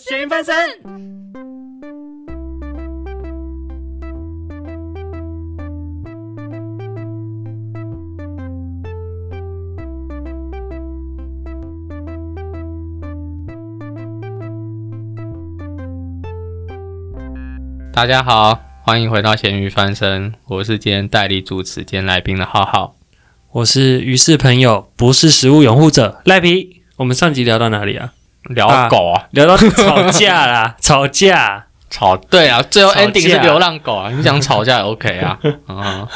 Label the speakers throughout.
Speaker 1: 咸鱼翻身。
Speaker 2: 大家好，欢迎回到咸鱼翻身，我是今天代理主持兼来宾的浩浩。
Speaker 3: 我是鱼是朋友，不是食物拥护者赖皮。我们上集聊到哪里啊？
Speaker 2: 聊
Speaker 3: 啊
Speaker 2: 狗啊，
Speaker 3: 聊到吵架啦，吵架。
Speaker 2: 吵对啊，最后
Speaker 3: 吵架
Speaker 2: ending 是流浪狗啊，你想吵 架也 OK 啊，啊、。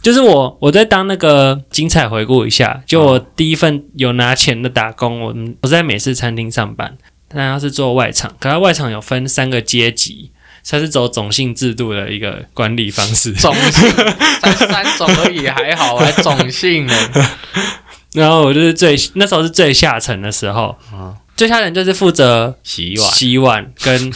Speaker 3: 就是我，我在当那个精彩回顾一下，就我第一份有拿钱的打工，我们我在美式餐厅上班，但他是做外场，可他外场有分三个阶级，它是走种姓制度的一个管理方式
Speaker 2: 种姓才三种而已，还好，啊还种姓呢。
Speaker 3: 然后我就是最那时候是最下层的时候，
Speaker 2: 嗯
Speaker 3: 最下层就是负责
Speaker 2: 洗碗
Speaker 3: 洗碗跟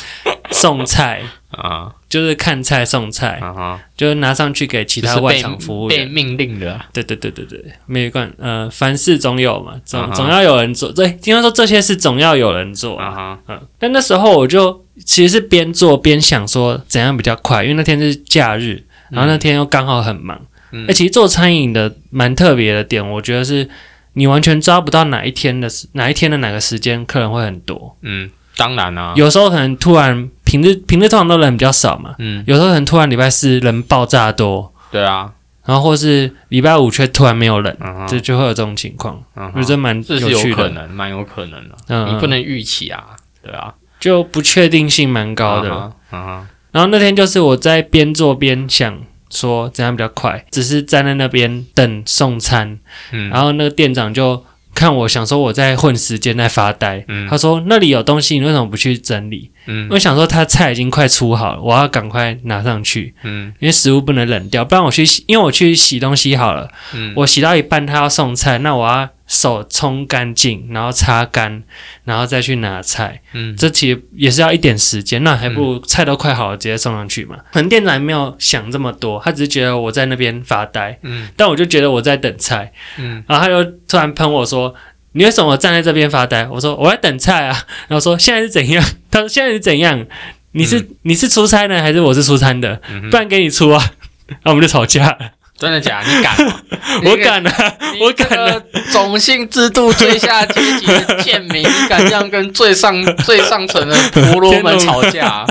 Speaker 3: 送菜，
Speaker 2: 啊
Speaker 3: 就是看菜送菜。
Speaker 2: 啊哈，
Speaker 3: 就是拿上去给其
Speaker 2: 就
Speaker 3: 他
Speaker 2: 是
Speaker 3: 外
Speaker 2: 被
Speaker 3: 场服务
Speaker 2: 被
Speaker 3: 员。
Speaker 2: 命令的啊，
Speaker 3: 对对对对对，没有关，呃，凡事总有嘛，
Speaker 2: 嗯
Speaker 3: 总
Speaker 2: 哼
Speaker 3: 总要有人做。对，听说这些事总要有人做
Speaker 2: 啊
Speaker 3: 啊。
Speaker 2: 哈，
Speaker 3: 嗯，但那时候我就其实是边做边想说怎样比较快，因为那天是假日，然后那天又刚好很忙。
Speaker 2: 嗯
Speaker 3: 哎、其实做餐饮的蛮特别的点，我觉得是你完全抓不到哪一天的时哪一天的哪个时间客人会很多，
Speaker 2: 嗯，当然啊，
Speaker 3: 有时候可能突然平日平日通常都人比较少嘛，
Speaker 2: 嗯，
Speaker 3: 有时候可能突然礼拜四人爆炸多，
Speaker 2: 对啊，
Speaker 3: 然后或是礼拜五却突然没有人，
Speaker 2: 嗯哼
Speaker 3: 这就会有这种情况，
Speaker 2: 嗯
Speaker 3: 我觉得
Speaker 2: 哼，
Speaker 3: 这蛮
Speaker 2: 这是有
Speaker 3: 趣
Speaker 2: 可
Speaker 3: 的，
Speaker 2: 能，蛮有可能的，
Speaker 3: 嗯
Speaker 2: 你不能预期啊，对啊，
Speaker 3: 就不确定性蛮高的。
Speaker 2: 啊哈啊
Speaker 3: 然后那天就是我在边做边想说怎样比较快，只是站在那边等送餐，
Speaker 2: 哈，嗯
Speaker 3: 然后那个店长就看我想说我在混时间在发呆。
Speaker 2: 嗯
Speaker 3: 他说：“那里有东西，你为什么不去整理？”
Speaker 2: 嗯
Speaker 3: 我想说，他菜已经快出好了，我要赶快拿上去，
Speaker 2: 嗯
Speaker 3: 因为食物不能冷掉，不然我去洗，因为我去洗东西好了，
Speaker 2: 嗯，
Speaker 3: 我洗到一半，他要送菜，那我要手冲干净，然后擦干，然后再去拿菜。
Speaker 2: 嗯
Speaker 3: 这其实也是要一点时间，那还不如菜都快好了直接送上去嘛。可能店长也没有想这么多，他只是觉得我在那边发呆，
Speaker 2: 嗯
Speaker 3: 但我就觉得我在等菜，
Speaker 2: 嗯
Speaker 3: 然后他就突然喷我说。你为什么站在这边发呆？我说我在等菜啊。 然后说现在是怎样？ 他说现在是怎样？你是、你是出差呢，还是我是出餐的？
Speaker 2: 嗯
Speaker 3: 不
Speaker 2: 哼，
Speaker 3: 然给你出啊。 然后我们就吵 架了。
Speaker 2: 真的假？的？你敢 吗？
Speaker 3: 我敢啊，
Speaker 2: 你
Speaker 3: 我
Speaker 2: 这
Speaker 3: 敢
Speaker 2: 个
Speaker 3: 啊
Speaker 2: 种姓制度最下阶级的贱民，你敢这样跟最上 最上层的婆罗门吵 架啊？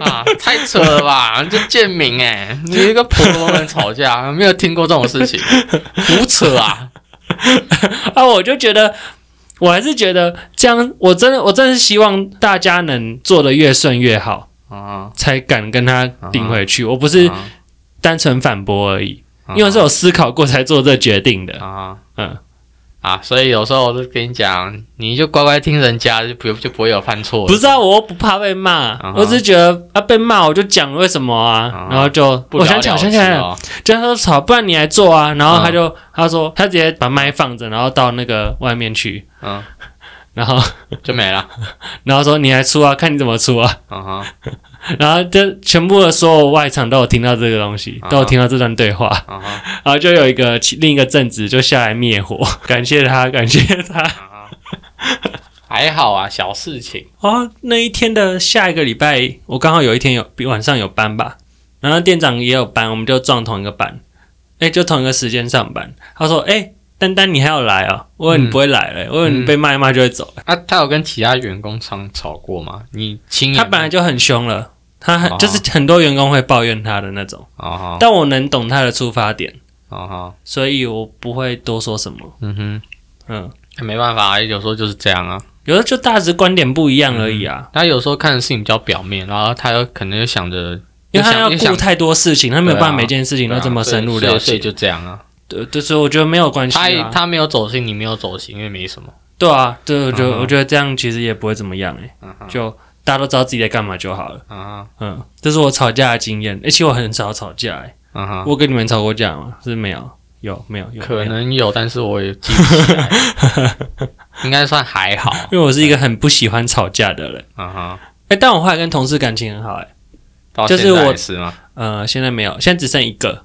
Speaker 2: 啊太扯了吧！这贱民哎、你一个婆罗门吵架，没有听过这种事情，胡扯啊！
Speaker 3: 啊，我就觉得，我还是觉得这样，我真的，我真的是希望大家能做得越顺越好，
Speaker 2: 啊，
Speaker 3: 才敢跟他顶回去。我不是
Speaker 2: 啊
Speaker 3: 单纯反驳而已，因为是有思考过才做这决定的。
Speaker 2: 啊
Speaker 3: 嗯，
Speaker 2: 啊，所以有时候我就跟你讲，你就乖乖听人家，就不就不会有犯错。
Speaker 3: 不是啊，我又不怕被骂
Speaker 2: 啊哈
Speaker 3: 我只是觉得啊，被骂我就讲为什么
Speaker 2: 啊
Speaker 3: 啊，然后就
Speaker 2: 不
Speaker 3: 我
Speaker 2: 了了之
Speaker 3: 想起来，我想起来了，
Speaker 2: 哦，
Speaker 3: 就他说吵，不然你来做啊。然后他
Speaker 2: 嗯
Speaker 3: 就他说他直接把麦放着，然后到那个外面去，
Speaker 2: 嗯，
Speaker 3: 然后
Speaker 2: 就没了。
Speaker 3: 然后说你来出啊，看你怎么出啊。
Speaker 2: 嗯哼，
Speaker 3: 然后就全部的所有外场都有听到这个东西
Speaker 2: 啊，
Speaker 3: 都有听到这段对话，
Speaker 2: 嗯哼，
Speaker 3: 然后就有一个其另一个正职就下来灭火， 感谢他，感谢他。
Speaker 2: 嗯哼 还好啊，小事情。
Speaker 3: 哦，那一天的下一个礼拜，我刚好有一天有比晚上有班吧，然后店长也有班，我们就撞同一个班，哎，就同一个时间上班。他说，哎，丹丹你还要来啊？我以为你不会来
Speaker 2: 嗯
Speaker 3: 了，我以为你被骂一骂就会走了。
Speaker 2: 啊，他有跟其他员工常吵过吗？你亲眼
Speaker 3: 他本来就很凶了，他很、
Speaker 2: 嗯哦
Speaker 3: 就是很多员工会抱怨他的那种，
Speaker 2: 哦哈
Speaker 3: 但我能懂他的出发点。
Speaker 2: 哦哈，
Speaker 3: 所以我不会多说什么。
Speaker 2: 嗯哼，
Speaker 3: 嗯，
Speaker 2: 那没办法，有时候就是这样啊。
Speaker 3: 有的就大致观点不一样而已啊，
Speaker 2: 他有时候看的事情比较表面，然后他有可能就想着，
Speaker 3: 因为他要
Speaker 2: 也想
Speaker 3: 顾太多事情，他没有
Speaker 2: 对
Speaker 3: 办
Speaker 2: 啊
Speaker 3: 法每件事情都这么深入
Speaker 2: 对啊
Speaker 3: 了
Speaker 2: 所以所以
Speaker 3: 解。
Speaker 2: 就这样啊。
Speaker 3: 对，对所以我觉得没有关系
Speaker 2: 他
Speaker 3: 啊。
Speaker 2: 他没有走心，你没有走心，因为没什么。
Speaker 3: 对啊，对，我觉
Speaker 2: 嗯
Speaker 3: 得
Speaker 2: 哼
Speaker 3: 我觉得这样其实也不会怎么样哎，
Speaker 2: 嗯哼，
Speaker 3: 就大家都知道自己在干嘛就好了。
Speaker 2: 嗯哼，
Speaker 3: 嗯，这是我吵架的经验，而且我很少吵架哎，
Speaker 2: 嗯哼，
Speaker 3: 我跟你们吵过架吗？是没有，有没有？有
Speaker 2: 可，
Speaker 3: 没有
Speaker 2: 能有，但是我也记不起来， 应该算还好。
Speaker 3: 因为我是一个很不喜欢吵架的人。
Speaker 2: 嗯哼，
Speaker 3: 哎，但我后来跟同事感情很好哎，
Speaker 2: 到
Speaker 3: 就
Speaker 2: 现
Speaker 3: 是
Speaker 2: 在
Speaker 3: 我
Speaker 2: 也是 吗？
Speaker 3: 呃，现在没有，现在只剩一 个。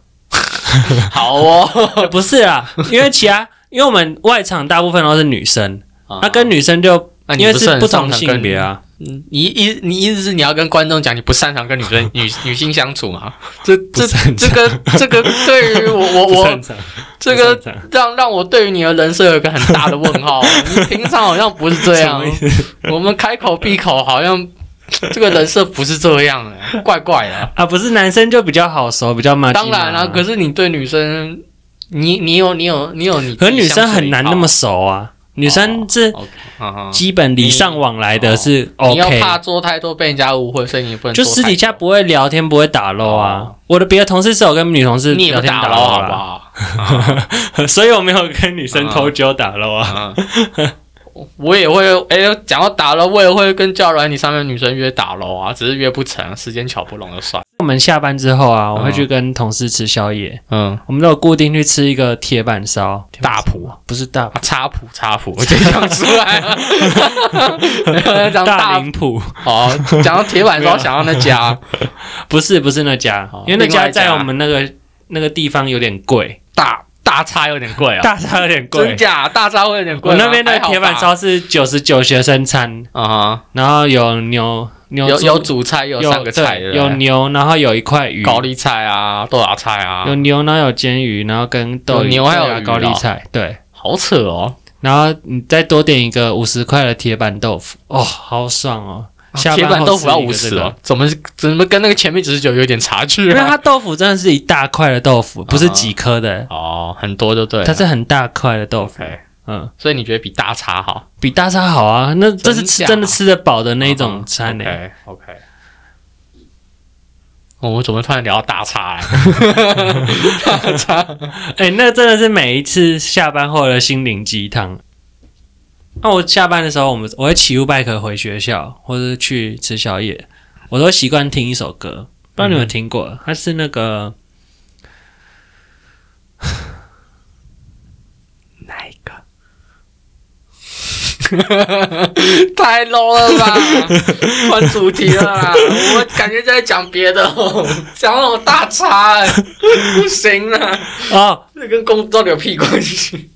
Speaker 2: 好哦，
Speaker 3: 呃不是啊，因为其他，因为我们外场大部分都是女生，那、
Speaker 2: 啊
Speaker 3: 跟女生就
Speaker 2: 那你
Speaker 3: 因为
Speaker 2: 不是
Speaker 3: 是
Speaker 2: 很
Speaker 3: 不
Speaker 2: 擅
Speaker 3: 同
Speaker 2: 长
Speaker 3: 性
Speaker 2: 跟
Speaker 3: 别啊，
Speaker 2: 嗯你意你意思是你要跟观众讲你不擅长跟女 生女女性相处吗？这这
Speaker 3: 不擅
Speaker 2: 这
Speaker 3: 长
Speaker 2: 个这 个对于我我
Speaker 3: 不
Speaker 2: 我
Speaker 3: 擅长，
Speaker 2: 这个
Speaker 3: 不擅长
Speaker 2: 让让我对于你的人设有一个很大的问 号。你平常好像不是这样
Speaker 3: 什么，意思
Speaker 2: 我们开口闭口好像这个人设不是这样的，怪怪的。
Speaker 3: 啊？不是男生就比较好熟，比较麻吉
Speaker 2: 当
Speaker 3: 嘛。
Speaker 2: 然啊啦、可是你对女生，你你有你有你有你，
Speaker 3: 可女生很难那么。熟啊，女生是
Speaker 2: OK，好好
Speaker 3: 基本礼尚往来的是
Speaker 2: 哦你要怕
Speaker 3: OK，
Speaker 2: 做太多被人家误会，所以你不能
Speaker 3: 就
Speaker 2: 做
Speaker 3: 私
Speaker 2: 太
Speaker 3: 底下不会聊天，不会打漏啊
Speaker 2: 哦。
Speaker 3: 我的别的同事是有跟女同事
Speaker 2: 你也
Speaker 3: 聊
Speaker 2: 不
Speaker 3: 天
Speaker 2: 打
Speaker 3: 打啊
Speaker 2: 捞
Speaker 3: 漏
Speaker 2: 好不
Speaker 3: 啦，
Speaker 2: 好？
Speaker 3: 所以我没有跟女生偷酒打漏啊。
Speaker 2: 嗯 我也会，哎、讲到打捞，我也会跟教软体上面女生约打捞啊，只是约不成，时间巧不拢就算。
Speaker 3: 我们下班之后啊，我会
Speaker 2: 嗯
Speaker 3: 去跟同事吃宵夜，
Speaker 2: 嗯，
Speaker 3: 我们都有固定去吃一个铁板烧，
Speaker 2: 大埔
Speaker 3: 不是大
Speaker 2: 啊插谱插谱，我就想出 来了，讲
Speaker 3: 大
Speaker 2: 大
Speaker 3: 林埔，
Speaker 2: 哦，讲到铁板烧，想到那家
Speaker 3: 不是不是那家
Speaker 2: 好，
Speaker 3: 因为那
Speaker 2: 哦另外
Speaker 3: 家
Speaker 2: 一家
Speaker 3: 在我们那个那个地方有点贵，
Speaker 2: 大大叉有点贵啊，
Speaker 3: 大差有点贵
Speaker 2: 真。假大叉会有点贵
Speaker 3: 我
Speaker 2: 吗。
Speaker 3: 那边的
Speaker 2: 还好吧
Speaker 3: 铁板烧是九十九学生餐，
Speaker 2: 啊哈，
Speaker 3: 然后有牛牛
Speaker 2: 有
Speaker 3: 猪
Speaker 2: 有主菜，有
Speaker 3: 有
Speaker 2: 三个菜，
Speaker 3: 对
Speaker 2: 对不对
Speaker 3: 有牛，然后有一块鱼，
Speaker 2: 高丽菜啊，豆芽菜啊
Speaker 3: 有，牛，然后有煎鱼，然后跟豆
Speaker 2: 有
Speaker 3: 鱼
Speaker 2: 牛
Speaker 3: 豆
Speaker 2: 还有
Speaker 3: 芽
Speaker 2: 鱼
Speaker 3: 高丽
Speaker 2: 哦
Speaker 3: 菜，对。
Speaker 2: 好扯哦。
Speaker 3: 然后你再多点一个五十块的铁板豆腐，哦，好爽哦！下班
Speaker 2: 啊铁板
Speaker 3: 后
Speaker 2: 豆腐
Speaker 3: 吃
Speaker 2: 要
Speaker 3: 一个
Speaker 2: 五
Speaker 3: 这
Speaker 2: 十
Speaker 3: 个
Speaker 2: 哦，，怎么怎么跟那个前面九十九有点差距
Speaker 3: 因为它
Speaker 2: 啊？
Speaker 3: 豆腐真的是一大块的豆腐，不是几颗的，
Speaker 2: 哦，很多就对了，
Speaker 3: 它是很大块的豆腐，
Speaker 2: OK，
Speaker 3: 嗯，
Speaker 2: 所以你觉得比大叉好
Speaker 3: 比大餐好啊。那这是
Speaker 2: 真
Speaker 3: 吃
Speaker 2: 假嗯
Speaker 3: 真的吃得饱的那一
Speaker 2: 哦
Speaker 3: 种餐欸呢、
Speaker 2: ？OK，我哦们怎么突然聊到大啊叉了？大叉。
Speaker 3: 哎、那真的是每一次下班后的心灵鸡汤。那、我下班的时候，我们我会骑 U bike 回学校，或者去吃宵夜，我都习惯听一首歌，不知道你有
Speaker 2: 嗯
Speaker 3: 没有听过？它是那个
Speaker 2: 哪一个？太 low 了吧！ 换主题了啦，我感觉在讲别的哦，讲那种大叉、欸，不行啦，
Speaker 3: 哦，
Speaker 2: 这跟工作到底有屁关系？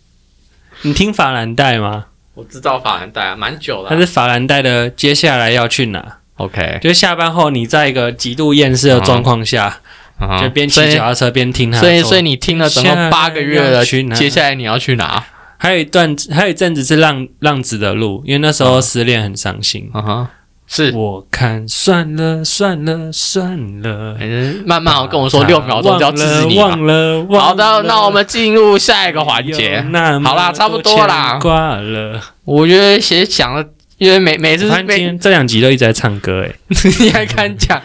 Speaker 3: 你听法兰黛吗？
Speaker 2: 我知道法兰黛啊，蛮久了啊、
Speaker 3: 它是法兰黛的接下来要去哪？
Speaker 2: OK，
Speaker 3: 就是下班后，你在一个极度厌世的状况下，
Speaker 2: 哦啊
Speaker 3: 就边骑脚踏车边听它的
Speaker 2: 所以，所以
Speaker 3: 作
Speaker 2: 所以你听了总共八个月了，
Speaker 3: 下去哪
Speaker 2: 接下来你要去哪？
Speaker 3: 还有一段，还有一阵子是浪浪子的路，因为那时
Speaker 2: 哦
Speaker 3: 候失恋很伤心。
Speaker 2: 嗯哼，是，
Speaker 3: 我看算了算了算了，
Speaker 2: 嗯慢慢好跟我说六秒钟就要
Speaker 3: 忘
Speaker 2: 制止
Speaker 3: 了
Speaker 2: 你吧
Speaker 3: 忘。了忘了。
Speaker 2: 好的，那我们进入下一个环节。好啦差不多啦
Speaker 3: 挂了。
Speaker 2: 我觉得写讲的，因为每每
Speaker 3: 我
Speaker 2: 次
Speaker 3: 发现今
Speaker 2: 每
Speaker 3: 天这两集都一直在唱歌，哎，
Speaker 2: 你还敢讲，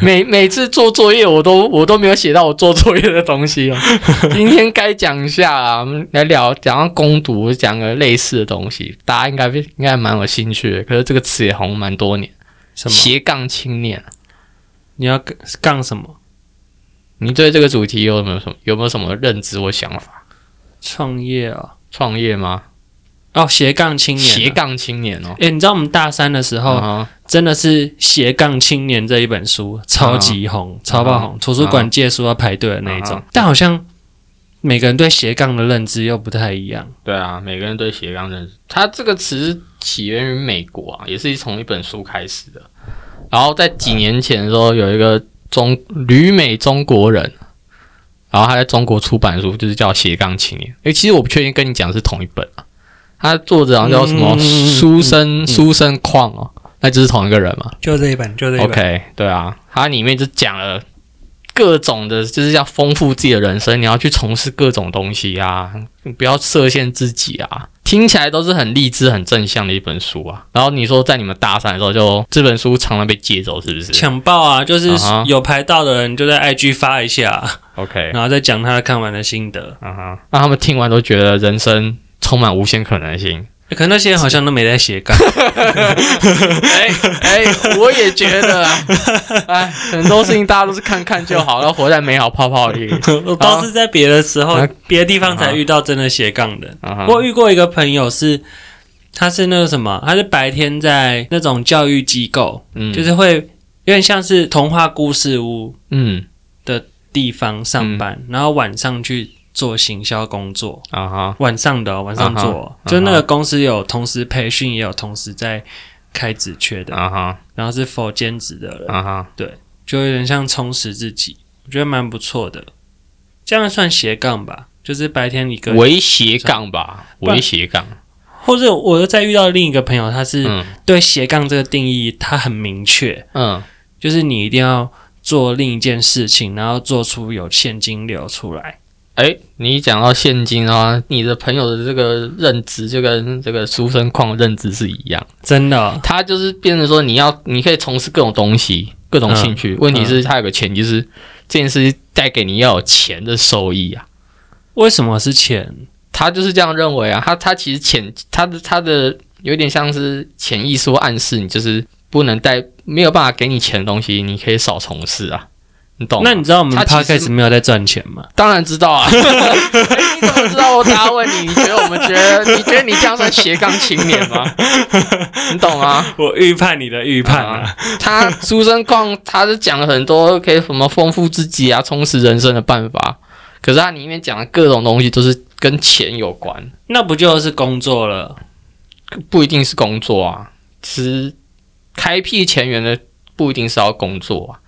Speaker 2: 每每次做作业我都我都没有写到我做作业的东西哦。 今天该讲一下啊，我们来聊讲到攻读，我讲个类似的东西，大家应该应该蛮有兴趣的。可是这个词也红蛮多年，
Speaker 3: 什么？
Speaker 2: 斜杠青年。
Speaker 3: 你要杠杠什么？
Speaker 2: 你对这个主题有没有什么有没有什么认知或想法？
Speaker 3: 创业哦，
Speaker 2: 创业吗？
Speaker 3: 哦，斜杠青年啊。
Speaker 2: 斜杠青年哦。
Speaker 3: 哎，你知道我们大三的时候，
Speaker 2: 嗯哼
Speaker 3: 真的是《斜杠青年》这一本书超级红、
Speaker 2: 啊
Speaker 3: 超爆红，图书馆借书要排队的那一种。
Speaker 2: 嗯
Speaker 3: 但好像每个人对斜杠的认知又不太一样。
Speaker 2: 对啊，每个人对斜杠认识，它这个词起源于美国啊，也是从一本书开始的。然后在几年前的时候，有一个中旅美中国人，然后他在中国出版书，就是叫《斜杠青年》。诶，其实我不确定跟你讲的是同一本啊，他作者好像叫什么
Speaker 3: 嗯嗯嗯嗯
Speaker 2: 书生书生旷哦，那就是同一个人嘛。
Speaker 3: 就这一本，就这
Speaker 2: OK，对啊，它里面就讲了各种的，就是要丰富自己的人生，你要去从事各种东西啊，不要设限自己啊。听起来都是很励志、很正向的一本书啊。然后你说在你们大三的时候就，这本书常常被借走，是不是
Speaker 3: 抢爆啊！就是
Speaker 2: 啊哈
Speaker 3: 有排到的人就在 IG 发一下，啊
Speaker 2: ？OK，
Speaker 3: 然后再讲他看完的心得。
Speaker 2: 嗯哼，那他们听完都觉得人生充满无限可能性。
Speaker 3: 诶欸可那些人好像都没在斜杠，
Speaker 2: 哎哎，我也觉得啊， 哎，很多事情大家都是看看就好，要活在美好泡泡里。
Speaker 3: 我都是在别的时候
Speaker 2: 啊、
Speaker 3: 别的地方才遇到真的斜杠的。
Speaker 2: 嗯哼
Speaker 3: 我遇过一个朋友是，他是那个什么，他是白天在那种教育机构，
Speaker 2: 嗯
Speaker 3: 就是会有点像是童话故事屋
Speaker 2: 嗯
Speaker 3: 地方上班，然后晚上去做行销工作。
Speaker 2: 啊哈
Speaker 3: 晚上的哦、晚上做哦、
Speaker 2: 啊哈
Speaker 3: 就那个公司有同时培训，也有同时在开职缺的，
Speaker 2: 啊哈，
Speaker 3: 然后是否兼职的人，
Speaker 2: 啊哈，
Speaker 3: 就有点像充实自己，我觉得蛮不错的。这样算斜杠吧，就是白天一个，
Speaker 2: 为斜杠吧，
Speaker 3: 不然
Speaker 2: 为斜杠，
Speaker 3: 或者我又再遇到另一个朋友，他是
Speaker 2: 嗯
Speaker 3: 对斜杠这个定义他很明确，
Speaker 2: 嗯
Speaker 3: 就是你一定要做另一件事情，然后做出有现金流出来。
Speaker 2: 哎，你讲到现金啊，你的朋友的这个认知就跟这个书生矿认知是一样，
Speaker 3: 真的哦，
Speaker 2: 他就是变成说你要，你可以从事各种东西，各种兴
Speaker 3: 嗯
Speaker 2: 趣。问题是，他有个前提是这件事带给你要有钱的收益啊，
Speaker 3: 为什么是钱？
Speaker 2: 他就是这样认为啊。他他其实潜他的他的有点像是潜意识或暗示你，就是不能带没有办法给你钱的东西，你可以少从事啊，你懂吗？
Speaker 3: 那你知道我们
Speaker 2: 他其实
Speaker 3: podcast 没有在赚钱吗？
Speaker 2: 当然知道啊！哎你怎么知道我打问你？你觉得我们觉得你觉得你这样算斜杠青年吗？你懂吗？
Speaker 3: 我预判你的预判啊，
Speaker 2: 他出生矿，他是讲了很多可以什么丰富自己啊、充实人生的办法，可是他里面讲的各种东西都是跟钱有关，
Speaker 3: 那不就是工作了？
Speaker 2: 不一定是工作啊，其实开辟前缘的不一定是要工作啊，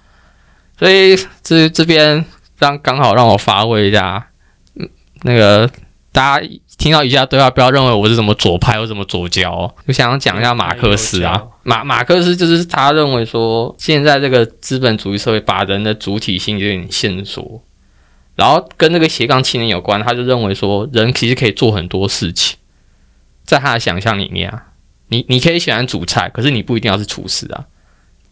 Speaker 2: 所以这这边让刚好让我发挥一下，嗯那个大家听到以下对话，不要认为我是什么左派或什么左交、哦，就想讲一下马克思啊。马马克思就是他认为说，现在这个资本主义社会把人的主体性有点限缩，然后跟那个斜杠青年有关，他就认为说，人其实可以做很多事情，在他的想象里面啊，你你可以喜欢煮菜，可是你不一定要是厨师啊。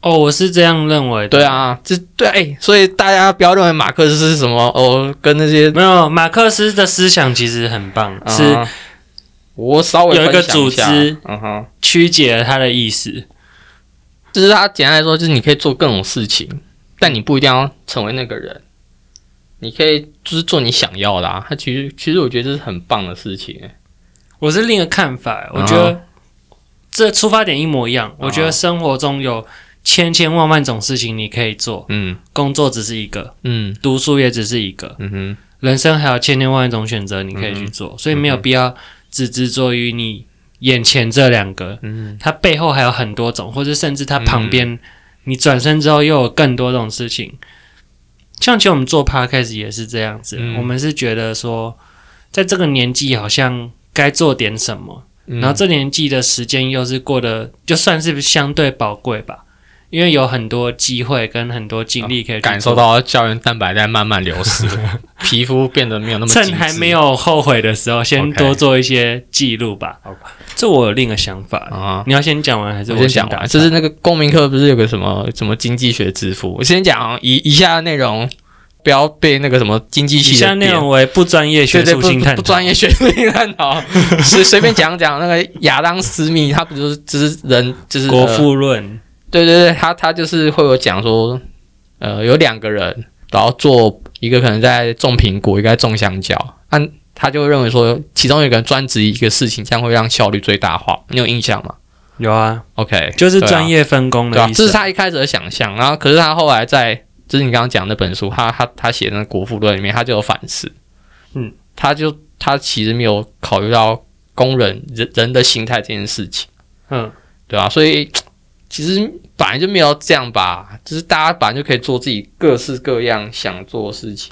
Speaker 3: 哦，我是这样认为的。
Speaker 2: 对，啊，这对、哎，所以大家不要认为马克思是什么哦，跟那些
Speaker 3: 没有马克思的思想其实很棒，是
Speaker 2: 啊我稍微
Speaker 3: 嗯有一个
Speaker 2: 分享下
Speaker 3: 组织，
Speaker 2: 嗯哼。
Speaker 3: 曲解了他的意思。
Speaker 2: 就是他简单来说，就是你可以做各种事情，但你不一定要成为那个人。你可以就是做你想要的啊，他其实其实我觉得这是很棒的事情欸。
Speaker 3: 我是另一个看法，我觉得这出发点一模一样。我觉得生活中有千千万万种事情你可以做，
Speaker 2: 嗯
Speaker 3: 工作只是一个，
Speaker 2: 嗯
Speaker 3: 读书也只是一个，
Speaker 2: 嗯哼
Speaker 3: 人生还有千千万万种选择你可以去做，所以没有必要只执着于你眼前这两个，
Speaker 2: 嗯
Speaker 3: 它背后还有很多种，或者甚至它旁边、你转身之后又有更多种事情。像其实我们做 podcast 也是这样子，啊
Speaker 2: 嗯
Speaker 3: 我们是觉得说，在这个年纪好像该做点什么，
Speaker 2: 嗯，
Speaker 3: 然后这年纪的时间又是过得就算是相对宝贵吧，因为有很多机会跟很多精力可以
Speaker 2: 哦
Speaker 3: 去
Speaker 2: 嗯感
Speaker 3: 做
Speaker 2: 受到胶原蛋白在慢慢流失， 皮肤变得没有那么
Speaker 3: 趁
Speaker 2: 紧
Speaker 3: 还
Speaker 2: 致
Speaker 3: 没有后悔的时候，先
Speaker 2: OK
Speaker 3: 多做一些记录吧。
Speaker 2: OK
Speaker 3: 这我有另一个想法，
Speaker 2: 啊。
Speaker 3: 你要先讲完还是
Speaker 2: 我
Speaker 3: 我
Speaker 2: 先讲
Speaker 3: 打
Speaker 2: 完，
Speaker 3: 岔
Speaker 2: 就是那个公民课不是有个什么什么经济学之父？我先讲啊以以下的内容，不要被那个什么经济
Speaker 3: 以
Speaker 2: 系的
Speaker 3: 下内
Speaker 2: 点
Speaker 3: 容为不专业
Speaker 2: 对
Speaker 3: 学
Speaker 2: 对，
Speaker 3: 术
Speaker 2: 不
Speaker 3: 性探
Speaker 2: 不
Speaker 3: 讨，
Speaker 2: 专业学术性探讨， 随随便讲讲那个亚当斯密，他不就是就是人就是
Speaker 3: 国、
Speaker 2: 呃
Speaker 3: 富论。
Speaker 2: 对对对，他他就是会有讲说，呃，有两个人，然后做一个可能在种苹果，一个在种香蕉，按、他就会认为说，其中一个人专职一个事情，这样会让效率最大化。你有印象吗
Speaker 3: 有啊，
Speaker 2: ？OK，
Speaker 3: 就是
Speaker 2: 对啊
Speaker 3: 专业分工
Speaker 2: 对
Speaker 3: 的
Speaker 2: 啊
Speaker 3: 意，
Speaker 2: 这
Speaker 3: 思。
Speaker 2: 是他一开始的想象，然后可是他后来在就是你刚刚讲那本书，他他他写的那《国富论》里面，他就有反思，
Speaker 3: 嗯，
Speaker 2: 他就他其实没有考虑到工人人人的心态这件事情，
Speaker 3: 嗯，
Speaker 2: 对吧、所以其实本来就没有这样吧，就是大家本来就可以做自己各式各样想做的事情，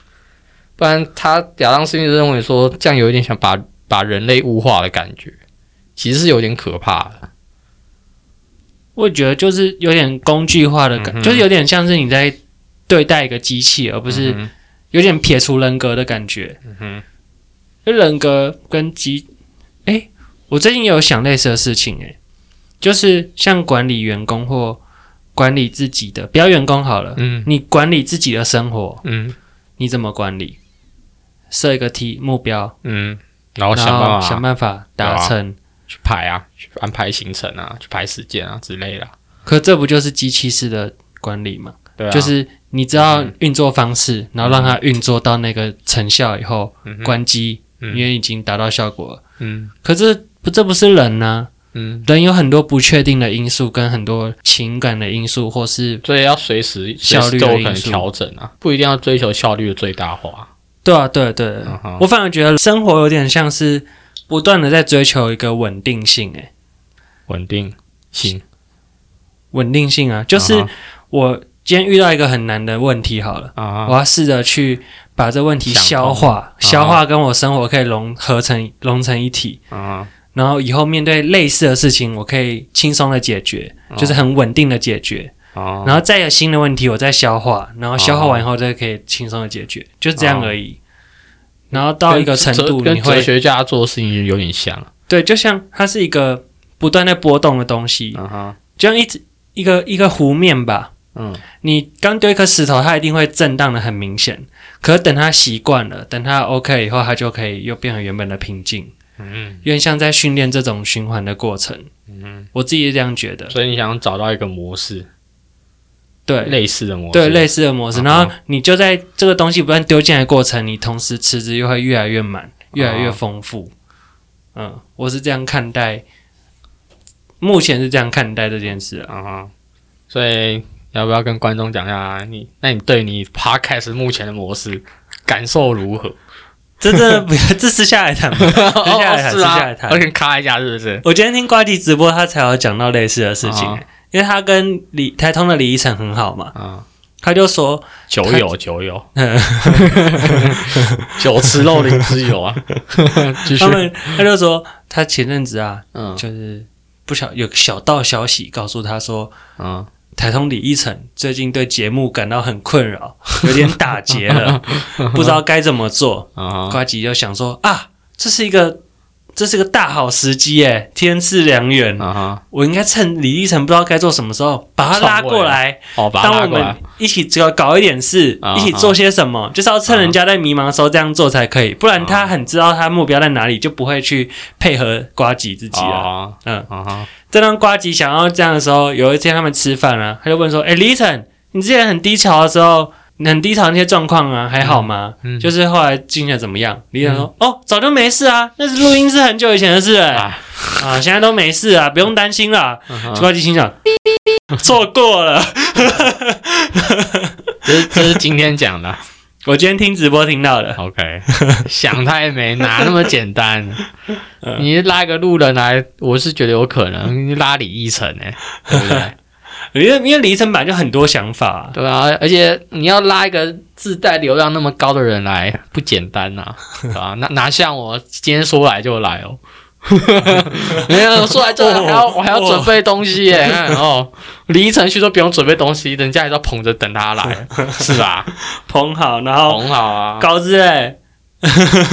Speaker 2: 不然他亚当斯密就认为说这样有一点想把把人类物化的感觉，其实是有点可怕
Speaker 3: 嗯
Speaker 2: 的。
Speaker 3: 我觉得就是有点工具化的感，
Speaker 2: 嗯哼
Speaker 3: 就是有点像是你在对待一个机器，而不是
Speaker 2: 嗯
Speaker 3: 有点撇除人格的感觉。嗯
Speaker 2: 哼，
Speaker 3: 就人格跟机，哎、我最近也有想类似的事情、诶，就是像管理员工或管理自己的，不要员工好了，
Speaker 2: 嗯
Speaker 3: 你管理自己的生活，
Speaker 2: 嗯
Speaker 3: 你怎么管理？设一个题目标，
Speaker 2: 嗯，然后
Speaker 3: 然
Speaker 2: 想办法
Speaker 3: 后想办法达成。
Speaker 2: 去排啊，去安排行程啊，去排时间啊之类的啊。
Speaker 3: 可这不就是机器式的管理吗？
Speaker 2: 对啊，嗯
Speaker 3: 就是你知道运作方式，然后让它运作到那个成效以后，
Speaker 2: 嗯哼
Speaker 3: 关机，
Speaker 2: 嗯
Speaker 3: 因为已经达到效果了。
Speaker 2: 嗯
Speaker 3: 可这不这不是人呢、
Speaker 2: 嗯，
Speaker 3: 人有很多不确定的因素，跟很多情感的因素，或是
Speaker 2: 所以要随时
Speaker 3: 效
Speaker 2: 随时
Speaker 3: 率的
Speaker 2: 都有可能
Speaker 3: 因素
Speaker 2: 调整啊，不一定要追求效率的最大化。
Speaker 3: 对啊，对对
Speaker 2: 嗯哼
Speaker 3: 我反而觉得生活有点像哎是不断的在追求一个稳定性，诶，
Speaker 2: 稳定性，
Speaker 3: 稳定性啊，就是
Speaker 2: 啊
Speaker 3: 我今天遇到一个很难的问题，好了，
Speaker 2: 啊
Speaker 3: 我要试着去把这问题
Speaker 2: 想
Speaker 3: 消
Speaker 2: 通
Speaker 3: 化，
Speaker 2: 啊
Speaker 3: 消化跟我生活可以融合成融成一体，
Speaker 2: 啊
Speaker 3: 然后以后面对类似的事情，我可以轻松的解决，就是很稳定的解决，
Speaker 2: 啊！
Speaker 3: 然后再有新的问题，我再消化，然后消化完以后再可以轻松的解决，就是这样而已。然后到一个程度，
Speaker 2: 啊跟
Speaker 3: 你
Speaker 2: 哲跟哲
Speaker 3: 会
Speaker 2: 学家做的事情有点像啊
Speaker 3: 对，就像它是一个不断在波动的东西，
Speaker 2: 啊哈，
Speaker 3: 就像一直一个一个湖面吧。
Speaker 2: 嗯
Speaker 3: 你刚丢一颗石头，它一定会震荡的很明显。可是等它习惯了，等它 OK 以后，它就可以又变回原本的平静。
Speaker 2: 嗯，
Speaker 3: 有点像在训练这种循环的过程。嗯，我自己是这样觉得。
Speaker 2: 所以你想找到一个模式，
Speaker 3: 对，
Speaker 2: 类似的模式，
Speaker 3: 对类似的模式，
Speaker 2: 嗯哼
Speaker 3: 然后你就在这个东西不断丢进来的过程，你同时池子又会越来越满，越来越丰富。
Speaker 2: 哦
Speaker 3: 嗯，我是这样看待，目前是这样看待这件事 啊。
Speaker 2: 啊哈，所以要不要跟观众讲一下你？那你对你 podcast 目前的模式感受如 何？
Speaker 3: 这真的不 要，这私下来谈吧。接下来谈
Speaker 2: 哦是
Speaker 3: 接下来
Speaker 2: 啊，
Speaker 3: 谈
Speaker 2: 我先咔一下，是不是？
Speaker 3: 我今天听瓜迪直播，他才有讲到类似的事情、
Speaker 2: 哦
Speaker 3: 因为他跟李台通的李依晨很好嘛，
Speaker 2: 啊，
Speaker 3: 他 就说
Speaker 2: 酒友，酒 友，酒池肉林之友啊， 继续
Speaker 3: 他，们，他就说他前阵子啊，
Speaker 2: 嗯
Speaker 3: 就是不晓有小道消息告诉他说，
Speaker 2: 嗯，
Speaker 3: 台通李依晨最近对节目感到很 困扰，有点打结了，不知道该怎么做。
Speaker 2: 啊哈，
Speaker 3: 瓜吉就想说啊，这是一个这是一个大好时机耶，天赐良缘，
Speaker 2: 啊哈，
Speaker 3: 我应该趁李依晨不知道该做什么时候，把他拉过来，
Speaker 2: 哦，把它
Speaker 3: 当
Speaker 2: 拉
Speaker 3: 我
Speaker 2: 过
Speaker 3: 们
Speaker 2: 来，
Speaker 3: 一起只要搞一点事，
Speaker 2: 啊
Speaker 3: 一起做些什么，就是要趁人家在迷茫的时候这样做才可以，不然他很知道他目标在哪里，就不会去配合瓜吉自己了。
Speaker 2: 哦，
Speaker 3: 嗯。
Speaker 2: 啊哈，
Speaker 3: 正当瓜吉想要这样的时候，有一天他们吃饭啊，他就问说：“哎、李晨，你之前很低潮的时候，你很低潮那些状况啊，还好吗？
Speaker 2: 嗯
Speaker 3: 就是后来进展怎么样？”李晨说：“哦，早就没事啊，那是录音是很久以前的事、哎
Speaker 2: 啊
Speaker 3: 啊，现在都没事啊，不用担心啦。
Speaker 2: 嗯哼
Speaker 3: 瓜吉心想：“错过了，
Speaker 2: 这是这是今天讲 的
Speaker 3: 我今天听直播听到的。
Speaker 2: ，OK，想太美，哪那么简 单？你拉一个路人来，我是觉得有可能，你拉李依晨哎，对不对？
Speaker 3: 因为因为李晨本来就很多想法啊、
Speaker 2: 对啊，而且你要拉一个自带流量那么高的人来，不简单呐、对啊，哪哪像我今天说来就来哦， 没有说来就来，
Speaker 3: 哦
Speaker 2: 还要我还要准备东西耶，看哦，离程序都不用准备东西，人家还在捧着等他 来，是吧？
Speaker 3: 捧好，然后
Speaker 2: 捧好啊，
Speaker 3: 哦高志哎，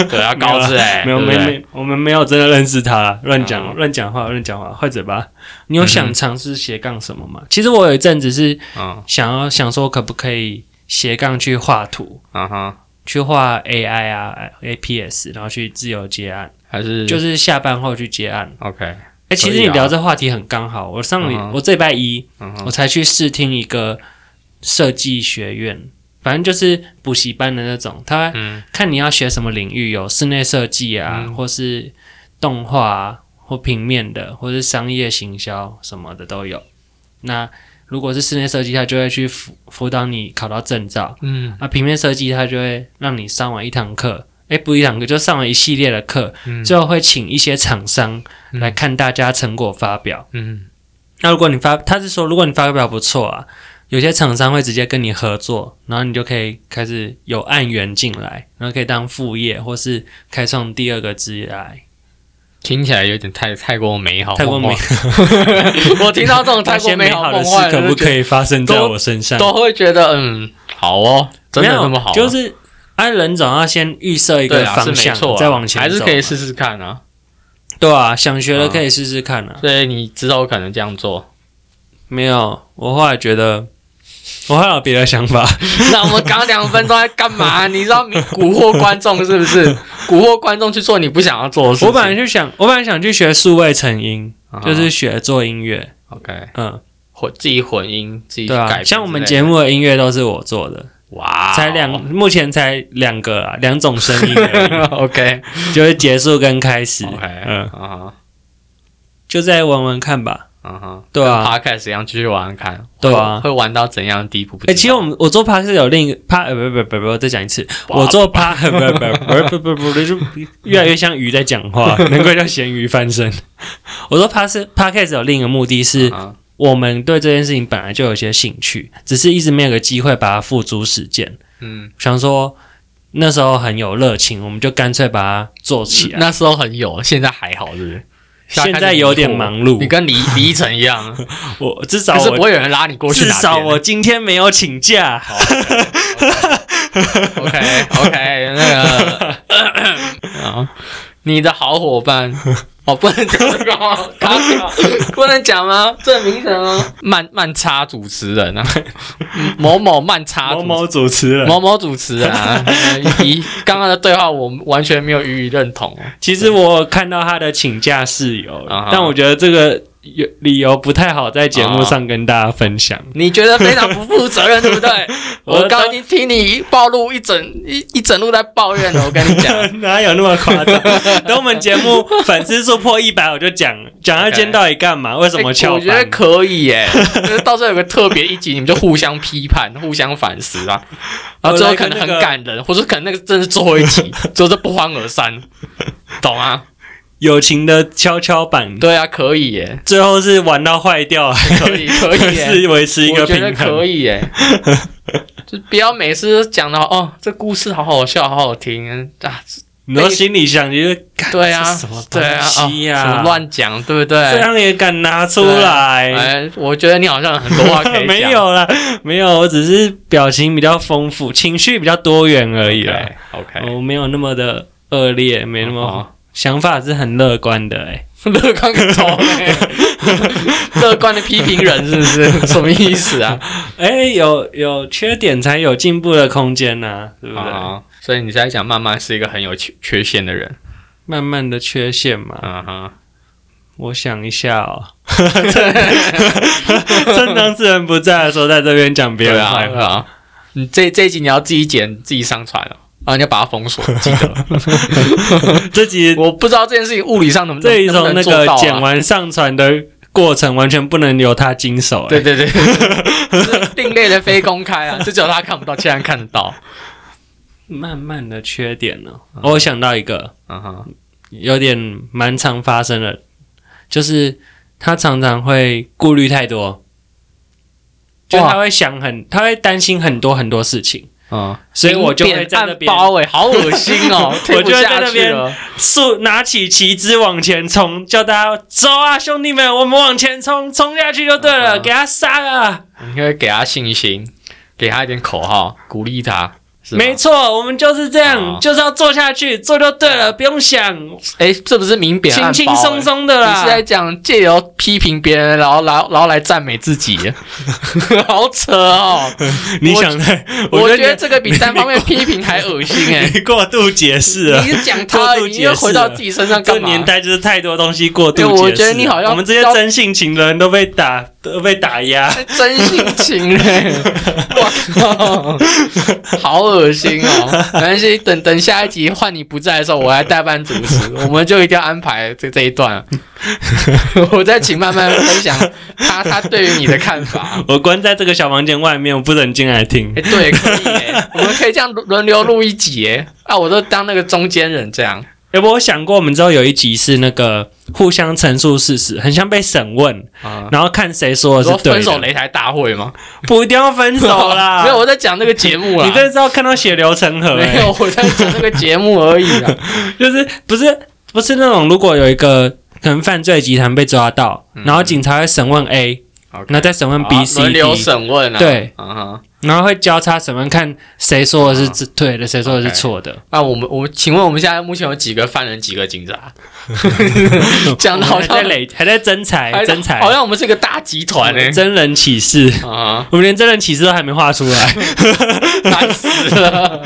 Speaker 2: 对啊，高志哎，
Speaker 3: 没有没
Speaker 2: 对不对
Speaker 3: 没，我们没有真的认识他啦，乱讲
Speaker 2: 嗯
Speaker 3: 乱讲话，乱讲话，坏嘴巴。你有
Speaker 2: 嗯
Speaker 3: 想
Speaker 2: 哼
Speaker 3: 尝试斜杠什么吗？其实我有一阵子是
Speaker 2: 嗯
Speaker 3: 想要想说，可不可以斜杠去画图，
Speaker 2: 啊哈，
Speaker 3: 去画 AI 啊、APS，然后去自由接案，
Speaker 2: 还是
Speaker 3: 就是是下班后去接案。
Speaker 2: OK，
Speaker 3: 哎，其
Speaker 2: 可
Speaker 3: 实
Speaker 2: 以
Speaker 3: 你
Speaker 2: 啊
Speaker 3: 聊这话题很刚好，我上礼
Speaker 2: 嗯哼
Speaker 3: 我这礼拜一
Speaker 2: 嗯
Speaker 3: 我
Speaker 2: 哼，
Speaker 3: 才去试听一个设计学院，反正就是补习班的那种，他
Speaker 2: 嗯
Speaker 3: 看你要学什么领域，有室内设计啊，
Speaker 2: 嗯
Speaker 3: 或是动画、啊，或平面的，或是商业行销什么的都有。那如果是室内设计，他就会去辅辅导你考到证照；
Speaker 2: 嗯
Speaker 3: 啊，平面设计他就会让你上完一堂课，诶，不一堂课就上完一系列的课，
Speaker 2: 嗯
Speaker 3: 最后会请一些厂商来看大家成果发表。
Speaker 2: 嗯
Speaker 3: 那如果你发，他是说如果你发表不错啊，有些厂商会直接跟你合作，然后你就可以开始有案源进来，然后可以当副业或是开创第二个职业来。
Speaker 2: 听起来有点太太过美哦好，
Speaker 3: 太过美，
Speaker 2: 我听到这种太
Speaker 3: 那
Speaker 2: 过
Speaker 3: 些
Speaker 2: 美
Speaker 3: 美
Speaker 2: 好
Speaker 3: 好的
Speaker 2: 梦
Speaker 3: 事
Speaker 2: 幻，
Speaker 3: 可不
Speaker 2: 以？
Speaker 3: 可以发生在我身上？
Speaker 2: 都会觉得嗯，好哦，真的
Speaker 3: 没有
Speaker 2: 那么好啊，
Speaker 3: 就是哎，人总要先预设一
Speaker 2: 对
Speaker 3: 个
Speaker 2: 啊，是
Speaker 3: 方
Speaker 2: 没
Speaker 3: 向，
Speaker 2: 错啊，
Speaker 3: 再往前走
Speaker 2: 还
Speaker 3: 嘛，
Speaker 2: 是可以试试看啊。
Speaker 3: 对啊，想学的可以试试看啊。
Speaker 2: 所以你知道我可能这样做，
Speaker 3: 没有，我后来觉得，我后来有别的想 法。
Speaker 2: 那我们刚两分钟在干嘛？你知道你蛊惑观众是不是？ 蛊惑观众去做你不想要做的事情。
Speaker 3: 我本来就想，我本来想去学数位成音，
Speaker 2: 啊
Speaker 3: 就是学做音乐，
Speaker 2: OK，
Speaker 3: 嗯。
Speaker 2: 混自己混音，自己去
Speaker 3: 对
Speaker 2: 改
Speaker 3: 啊，
Speaker 2: 编
Speaker 3: 像我们
Speaker 2: 之类
Speaker 3: 节目的音乐都是我做的，
Speaker 2: 的哇哦，
Speaker 3: 才两，目前才两个啊，两种声音而
Speaker 2: OK
Speaker 3: 已，就是结束跟开始，
Speaker 2: OK，嗯
Speaker 3: 嗯，
Speaker 2: 啊
Speaker 3: 就再玩玩看吧。
Speaker 2: 哈啊哈，
Speaker 3: 对啊
Speaker 2: 跟，Podcast 一样继续玩玩看，
Speaker 3: 对啊
Speaker 2: 会会玩到怎样的地步？不知
Speaker 3: 哎、
Speaker 2: 道
Speaker 3: 其实我们我做 p a 是有另一个 p 呃不不不不不，我再讲一次，
Speaker 2: 哇
Speaker 3: 我做 p a 不不不不不不，就越来越像鱼在 讲话，难怪叫咸鱼翻身。我说 p a 是 p a 有另一个目的是
Speaker 2: 啊
Speaker 3: 我们对这件事情本来就有些兴趣，只是一直没有个机会把它付诸实践。
Speaker 2: 嗯，
Speaker 3: 想说那时候很有热情，我们就干脆把它做起来。
Speaker 2: 那时候很有，现在还好，是不是？
Speaker 3: 现在有点忙
Speaker 2: 你
Speaker 3: 碌，
Speaker 2: 跟 李李依晨一样，
Speaker 3: 我至少
Speaker 2: 可是不
Speaker 3: 我
Speaker 2: 会有人拉你过去
Speaker 3: 至
Speaker 2: 哪边。
Speaker 3: 少我今天没有请假。
Speaker 2: OK OK 那个啊，你的好伙 伴。哦，不能讲这个吗？打掉不能讲 吗？这很明显哦，慢慢插主持人啊，某某慢插主
Speaker 3: 某某主持人，
Speaker 2: 某某主持人啊， 以刚刚的对话我完全没有予以认同。哦
Speaker 3: 其实我看到他的请假事由
Speaker 2: 啊哈，
Speaker 3: 但我觉得这个有理由不太好在节目上跟大家分享。
Speaker 2: 你觉得非常不负责任，对不 对？
Speaker 3: 我
Speaker 2: 我刚已经听你暴露一整一一整路在抱怨了，我跟你讲，
Speaker 3: 哪有那么夸 张？等我们节目粉丝数破一百，我就讲讲他
Speaker 2: OK
Speaker 3: 今天到底干嘛？为什么
Speaker 2: 欸
Speaker 3: 翘
Speaker 2: 我觉得
Speaker 3: 班？
Speaker 2: 可以 耶、就是到时候有个特别一集，你们就互相批判、互相反思啊。然后最后可能很感人，或者可能那个真是最后一 集，最后就不欢而散，懂吗？
Speaker 3: 友情的跷跷板，
Speaker 2: 对啊，可以耶、
Speaker 3: 最后是玩到坏掉，
Speaker 2: 可 以可以耶、
Speaker 3: 是维持一
Speaker 2: 我
Speaker 3: 个
Speaker 2: 觉得
Speaker 3: 平
Speaker 2: 可
Speaker 3: 衡。
Speaker 2: 以 耶、就不要每次都讲到哦，这故事好好笑，好好听啊，
Speaker 3: 你说心里想，就是干
Speaker 2: 对啊
Speaker 3: 这什么东
Speaker 2: 对啊，哦
Speaker 3: 西呀、
Speaker 2: 什么乱讲，对不对？
Speaker 3: 这样也敢拿出来？
Speaker 2: 哎，我觉得你好像很多话可以讲，
Speaker 3: 没有啦，没有，我只是表情比较丰富，情绪比较多元而已啦。
Speaker 2: 对，OK，哎
Speaker 3: 我没有那么的恶劣，没那么、
Speaker 2: 哦
Speaker 3: 想法是很乐观 的、欸。
Speaker 2: 乐观个头 嘞！乐观的批评人是不 是？什么意思啊？
Speaker 3: 哎、有有缺点才有进步的空间呐、对不对？
Speaker 2: 啊，所以你在讲慢慢是一个很有缺缺陷的人。
Speaker 3: 慢慢的缺陷嘛，
Speaker 2: 嗯哼，
Speaker 3: 我想一下哦。 正当事人不在的时候，在这边讲别
Speaker 2: 对
Speaker 3: 人
Speaker 2: 啊，
Speaker 3: 坏
Speaker 2: 对
Speaker 3: 话，
Speaker 2: 啊。你这这一集你要自己剪，自己上传哦。啊，你要把它封锁，记得。啊
Speaker 3: 这集
Speaker 2: 我不知 道这件事情物理上能不能
Speaker 3: 这一
Speaker 2: 能不
Speaker 3: 种
Speaker 2: 能
Speaker 3: 那
Speaker 2: 做
Speaker 3: 个
Speaker 2: 到啊
Speaker 3: 剪完上传的过程，完全不能由他经手、
Speaker 2: 对
Speaker 3: 欸。
Speaker 2: 对对， 是另类的非公开啊，就只有他看不到，其他人看得到。
Speaker 3: 慢慢的缺点呢、哦我想到一个，
Speaker 2: 嗯哼，
Speaker 3: 有点蛮常发生的，就是他常常会顾虑太多，就
Speaker 2: 哇
Speaker 3: 他会想很，他会担心很多很多事情，
Speaker 2: 嗯，
Speaker 3: 所以我就会在那
Speaker 2: 明辨
Speaker 3: 边
Speaker 2: 暗包哎，好恶心哦，
Speaker 3: 我
Speaker 2: 听不
Speaker 3: 就会在
Speaker 2: 下
Speaker 3: 那
Speaker 2: 去
Speaker 3: 边
Speaker 2: 了。
Speaker 3: 竖拿起旗帜往前冲，叫大家走啊，兄弟们，我们往前冲，冲下去就对了，
Speaker 2: 嗯
Speaker 3: 给他杀啊了，
Speaker 2: 你可以给他信心，给他一点口号，鼓励他。是吗
Speaker 3: 没错，我们就是这样，
Speaker 2: 哦
Speaker 3: 就是要做下去，做就对了，不用想，
Speaker 2: 哎、这不是明贬暗
Speaker 3: 轻
Speaker 2: 褒
Speaker 3: 轻松松的
Speaker 2: 欸你是在
Speaker 3: 啦。
Speaker 2: 讲借由批评别人，然后来然后来赞美自己， 好扯哦！我
Speaker 3: 太，
Speaker 2: 我觉得这个比单方面批评还恶心 哎、
Speaker 3: 你过度解释
Speaker 2: 你是讲他，
Speaker 3: 过度
Speaker 2: 你
Speaker 3: 解
Speaker 2: 又
Speaker 3: 释
Speaker 2: 回到
Speaker 3: 了
Speaker 2: 自己身上
Speaker 3: 啊这
Speaker 2: 干
Speaker 3: 个
Speaker 2: 嘛？
Speaker 3: 年代就是太多东西过度解
Speaker 2: 对
Speaker 3: 释。
Speaker 2: 我觉得你好像
Speaker 3: 我们这些真性情的人都被打，都被打 压。
Speaker 2: 真性情嘞！ 我靠，好恶心哦！没关系，等等下一集换你不在的时候，我来代班主持，我们就一定要安排这这一段 了。我再请慢慢分享他他对于你的看法。
Speaker 3: 我关在这个小房间外面，我不能进来听
Speaker 2: 哎、。对，可以耶，我们可以这样轮轮流录一集耶。啊，我都当那个中间人这样。
Speaker 3: 要不我想过，我们之后有一集是那个互相陈述事实，很像被审问，
Speaker 2: 啊、
Speaker 3: 然后看谁说
Speaker 2: 我
Speaker 3: 的
Speaker 2: 说
Speaker 3: 是对
Speaker 2: 分手
Speaker 3: 的。
Speaker 2: 擂台大会吗？
Speaker 3: 不一定要分手 啦。
Speaker 2: 没有，我在讲那个节目啦。
Speaker 3: 你这是要看到血流成河、
Speaker 2: 没
Speaker 3: 欸，
Speaker 2: 有，我在讲那个节目而已 啦。
Speaker 3: 就是不是不是那种如果有一个可能犯罪集团被抓到，
Speaker 2: 嗯
Speaker 3: 然后警察会审问 A，
Speaker 2: OK
Speaker 3: 那再审问
Speaker 2: 好
Speaker 3: B、C、
Speaker 2: 轮流
Speaker 3: D，
Speaker 2: 审问啊。
Speaker 3: 对，
Speaker 2: 嗯哼。
Speaker 3: 然后会交叉审问，看谁说
Speaker 2: 啊
Speaker 3: 的是自对的，谁说的是错的。
Speaker 2: 那啊我们我请问我们现在目前有几个犯人，几个警 察？讲的好
Speaker 3: 我
Speaker 2: 像
Speaker 3: 们还在累，还在增财，增财，
Speaker 2: 好像我欸们是一个大集团呢、
Speaker 3: 真人启示，
Speaker 2: 啊，
Speaker 3: 我们连真人启示都还没画 出来。
Speaker 2: 难死了！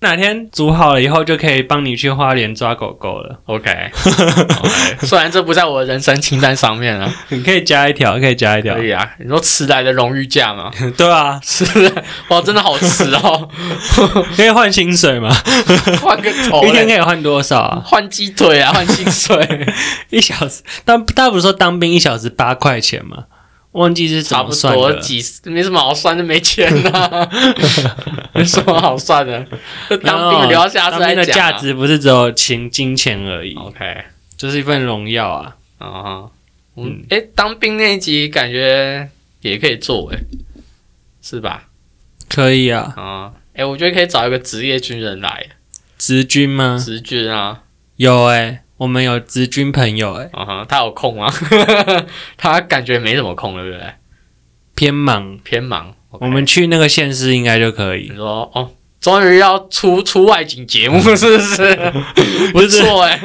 Speaker 3: 哪天煮好了以后，就可以帮你去花莲抓狗狗了。
Speaker 2: OK，, OK 虽然这不在我的人生清单上面 啊，
Speaker 3: 你可以加一条，可以加一条
Speaker 2: 可，以啊。你说迟来的荣誉价 吗？
Speaker 3: 对啊，
Speaker 2: 是哇，真的好迟 哦，
Speaker 3: 可以换薪水嘛？
Speaker 2: 换个头
Speaker 3: 一天
Speaker 2: 嘞，
Speaker 3: 可以换多少啊？
Speaker 2: 换鸡腿啊，换薪水，
Speaker 3: 一小时，当大家不是说当兵一小时八块钱吗？忘记 是怎
Speaker 2: 差
Speaker 3: 么
Speaker 2: 不
Speaker 3: 算
Speaker 2: 多
Speaker 3: 的。
Speaker 2: 几十，没什么好算的， 没钱呐、有什么好算 的？这当兵的留到下次
Speaker 3: 当
Speaker 2: 来讲、啊。
Speaker 3: 兵
Speaker 2: 哦
Speaker 3: 的价值不是只有钱金钱而已，
Speaker 2: OK，
Speaker 3: 就是一份荣耀啊！
Speaker 2: 啊、嗯，哎、当兵那一集感觉也可以做哎、是吧？
Speaker 3: 可以啊，
Speaker 2: 啊、哎、我觉得可以找一个职业军人来，
Speaker 3: 直军吗？
Speaker 2: 职军啊，
Speaker 3: 有哎、我们有直军朋友哎、
Speaker 2: 啊哈，他有空吗？ 他感觉没什么空，对不对？
Speaker 3: 偏忙，
Speaker 2: 偏忙。OK
Speaker 3: 我们去那个县市应该就可 以
Speaker 2: 你。说哦，终于要出出外景节目，是不是？
Speaker 3: 不嗯是
Speaker 2: 错哎、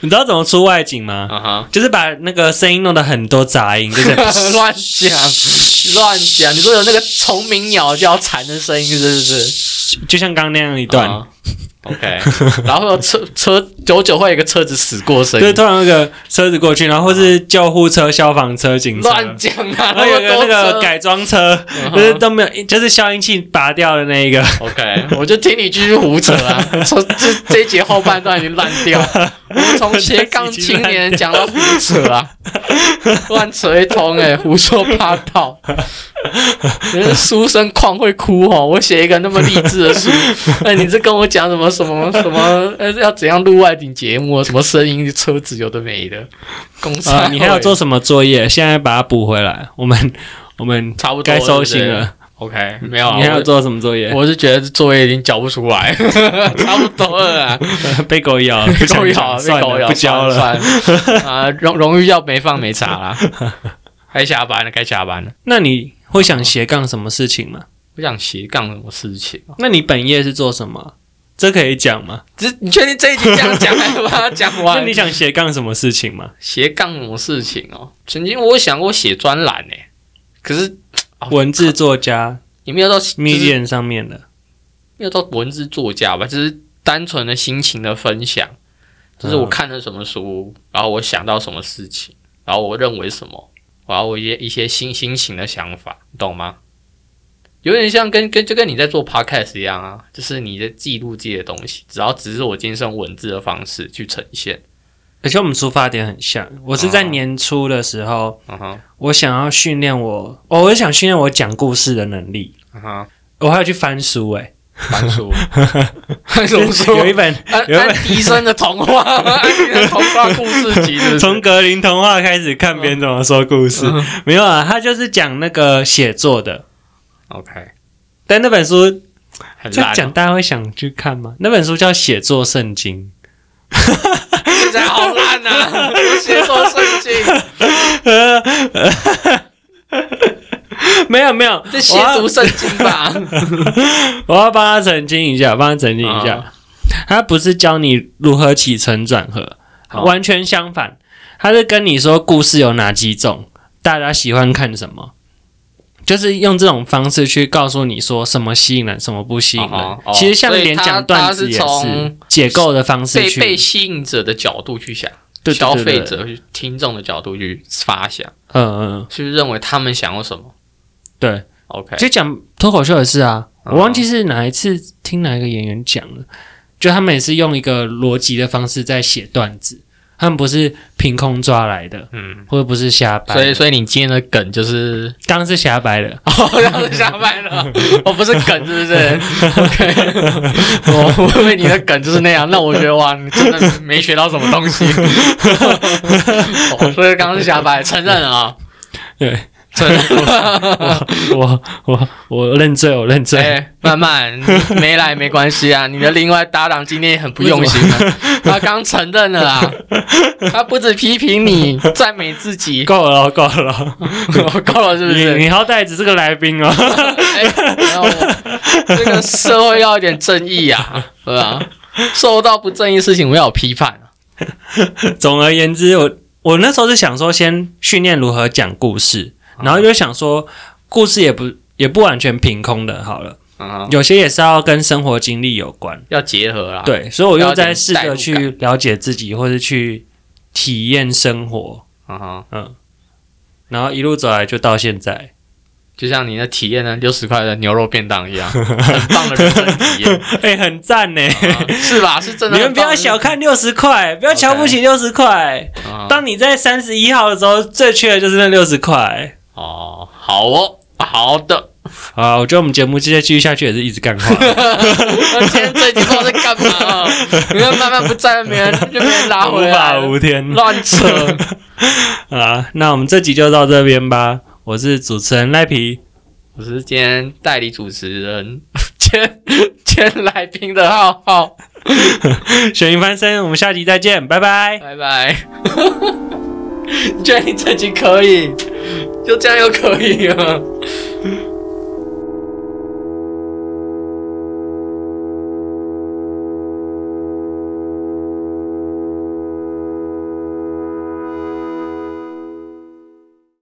Speaker 3: 你知道怎么出外景吗？
Speaker 2: 啊哈。
Speaker 3: 就是把那个声音弄得很多杂音，就是
Speaker 2: 乱讲，乱讲！你说有那个虫鸣鸟叫蝉的声音，是不是？
Speaker 3: 就像刚刚那样一段，
Speaker 2: 啊 OK，然 后会有车车久久会有一个车子驶过声
Speaker 3: 就是
Speaker 2: 音，
Speaker 3: 突然那个车子过去，然后或是救护车、消防车、警车，
Speaker 2: 哦乱讲啊！
Speaker 3: 然后
Speaker 2: 么
Speaker 3: 有 个那
Speaker 2: 多
Speaker 3: 个
Speaker 2: 车
Speaker 3: 改装车，
Speaker 2: 嗯哼
Speaker 3: 就是都没有，就是消音器拔掉的那 一个，
Speaker 2: OK，我就听你继续胡扯啊！ 说这这一节后半段已经烂掉，我们从斜杠青年讲到胡扯 啊，乱扯一通哎、胡说八道。你是书生况会哭哦，我写一个那么励志的 书，那、你这跟我讲什么什么什么？呃，要怎样录外景节目？啊什么声音、车子有的没的，公司、
Speaker 3: 啊，你还要做什么作业？现在把它补回来，我们我们
Speaker 2: 差不多
Speaker 3: 该收心
Speaker 2: 对不对
Speaker 3: 了。
Speaker 2: OK，没有啊，
Speaker 3: 你还要
Speaker 2: 我
Speaker 3: 做什么作业？
Speaker 2: 我是觉得作业已经交不出 来，差不多了啊啦。
Speaker 3: 被狗咬了，
Speaker 2: 被
Speaker 3: 不想
Speaker 2: 狗
Speaker 3: 讲
Speaker 2: 咬，被
Speaker 3: 算
Speaker 2: 狗
Speaker 3: 了，
Speaker 2: 咬，
Speaker 3: 不交了。
Speaker 2: 算了。算了 啊，荣荣誉要没放没查啦， 该下班了，该下班了。
Speaker 3: 那你会想斜杠什么事情吗？
Speaker 2: 不想斜杠什么事情啊？
Speaker 3: 那你本业是做什么？这可以讲吗？
Speaker 2: 只你确定这一集这样讲，还要把它讲
Speaker 3: 那
Speaker 2: 完？
Speaker 3: 你想斜杠什么事情吗？
Speaker 2: 斜杠什么事情哦？曾经我有想过写专栏呢，可是哦
Speaker 3: 文字作家、
Speaker 2: 也没有到， 就是
Speaker 3: 密件上面的，
Speaker 2: 没有到文字作家吧，只是单纯的心情的分享，就是我
Speaker 3: 嗯
Speaker 2: 看了什么书，然后我想到什么事情，然后我认为什么，然后我一些一些新心情的想法，你懂吗？有点像跟跟就跟你在做 podcast 一样啊，就是你在记录自己的东西，只要只是我今天是用文字的方式去呈现，
Speaker 3: 而且我们出发点很像。我是
Speaker 2: 啊
Speaker 3: 在年初的时候，
Speaker 2: 嗯哼，
Speaker 3: 我想要训练我，哦，我想训练我讲故事的能力。
Speaker 2: 嗯哼，
Speaker 3: 我还要去翻书、欸，
Speaker 2: 翻书，翻什么
Speaker 3: 哎，
Speaker 2: 书？
Speaker 3: 有一 本
Speaker 2: 安
Speaker 3: 有一
Speaker 2: 安迪生的童话，安迪生童话故事集是不是，
Speaker 3: 从格林童话开始看别人怎么说故事，没有啊，他就是讲那个写作的。
Speaker 2: OK，
Speaker 3: 但那本书
Speaker 2: 很
Speaker 3: 这样
Speaker 2: 烂、哦
Speaker 3: 讲，大家会想去看吗？那本书叫《写作圣经
Speaker 2: 现在好烂啊！写作圣经，》，
Speaker 3: 没有没有，
Speaker 2: 这写
Speaker 3: 我
Speaker 2: 读圣经吧？
Speaker 3: 要我要帮他澄清一下，帮他澄清一
Speaker 2: 啊
Speaker 3: 下，他不是教你如何起承转合，
Speaker 2: 好
Speaker 3: 完全相反，他是跟你说故事有哪几种，大家喜欢看什么。就是用这种方式去告诉你说什么吸引人，什么不吸引人。
Speaker 2: 哦哦哦
Speaker 3: 其实像
Speaker 2: 所以
Speaker 3: 连
Speaker 2: 他
Speaker 3: 讲段子
Speaker 2: 他是
Speaker 3: 也
Speaker 2: 从
Speaker 3: 解构的方式
Speaker 2: 被
Speaker 3: 去
Speaker 2: 被吸引者的角度去想，
Speaker 3: 对对对
Speaker 2: 消费
Speaker 3: 对
Speaker 2: 者、去听众的角度去发想，
Speaker 3: 嗯嗯，嗯
Speaker 2: 去认为他们想要什么。
Speaker 3: 对，
Speaker 2: OK，
Speaker 3: 就讲脱口秀也是啊，
Speaker 2: 嗯
Speaker 3: 我忘记是哪一次听哪一个演员讲了，就他们也是用一个逻辑的方式在写段子，他们不是凭空抓来的，
Speaker 2: 嗯，
Speaker 3: 或者不是瞎掰，
Speaker 2: 所以所以你今天的梗就是，，
Speaker 3: 刚刚是瞎掰的
Speaker 2: 哦，让人下班 了，我不是梗是不是？OK，我我以为你的梗就是那样，那我觉得哇，你真的没学到什么 东西。哦、所以刚刚是下班，承认啊，
Speaker 3: 对
Speaker 2: 承认。
Speaker 3: 我我我认罪，我认罪，
Speaker 2: 哎，慢慢没来没关系 啊。你的另外搭档今天也很不用心啊，他刚承认了啦，他不止批评你，赞美自己，
Speaker 3: 够了够了，
Speaker 2: 够了是不
Speaker 3: 你
Speaker 2: 是？
Speaker 3: 你好歹只是个来宾 哦，
Speaker 2: 哎，没有这个社会要有点正义啊，对吧？受到不正义的事情，我们要有批判啊。
Speaker 3: 总而言之，我我那时候是想说，先训练如何讲故事，
Speaker 2: 哦
Speaker 3: 然后就想说，故事也不也不完全凭空的，好了，
Speaker 2: 啊，
Speaker 3: 有些也是要跟生活经历有关。
Speaker 2: 要结合啦。，
Speaker 3: 对，所以我
Speaker 2: 要
Speaker 3: 又
Speaker 2: 有点
Speaker 3: 在试
Speaker 2: 代入
Speaker 3: 着
Speaker 2: 感
Speaker 3: 去了解自己，或是去体验生活，
Speaker 2: 啊，
Speaker 3: 嗯，然后一路走来就到现在。
Speaker 2: 就像你的体验呢，六十块的牛肉便当一样，很棒的人生体验，
Speaker 3: 哎、很赞 呢！
Speaker 2: 啊是吧？是真的很棒的人生。
Speaker 3: 你们不要小看六十块，不要瞧不起六十块。
Speaker 2: 啊
Speaker 3: 当你在三十一号的时候，最缺的就是那六十块。
Speaker 2: 哦，好哦，好的，
Speaker 3: 啊，我觉得我们节目接下继续下去也是一直干话。
Speaker 2: 那今天这一集不知道在干嘛啊？你看慢慢不在，没人就没人拉
Speaker 3: 无
Speaker 2: 回来
Speaker 3: 法，无天
Speaker 2: 乱扯。
Speaker 3: 啊！那我们这集就到这边吧。我是主持人赖皮，
Speaker 2: 我是今天代理主持人 兼兼来宾的浩浩，
Speaker 3: 悬疑翻身，我们下集再见，拜拜。
Speaker 2: 拜拜。 你觉得你这集可以？就这样又可以了？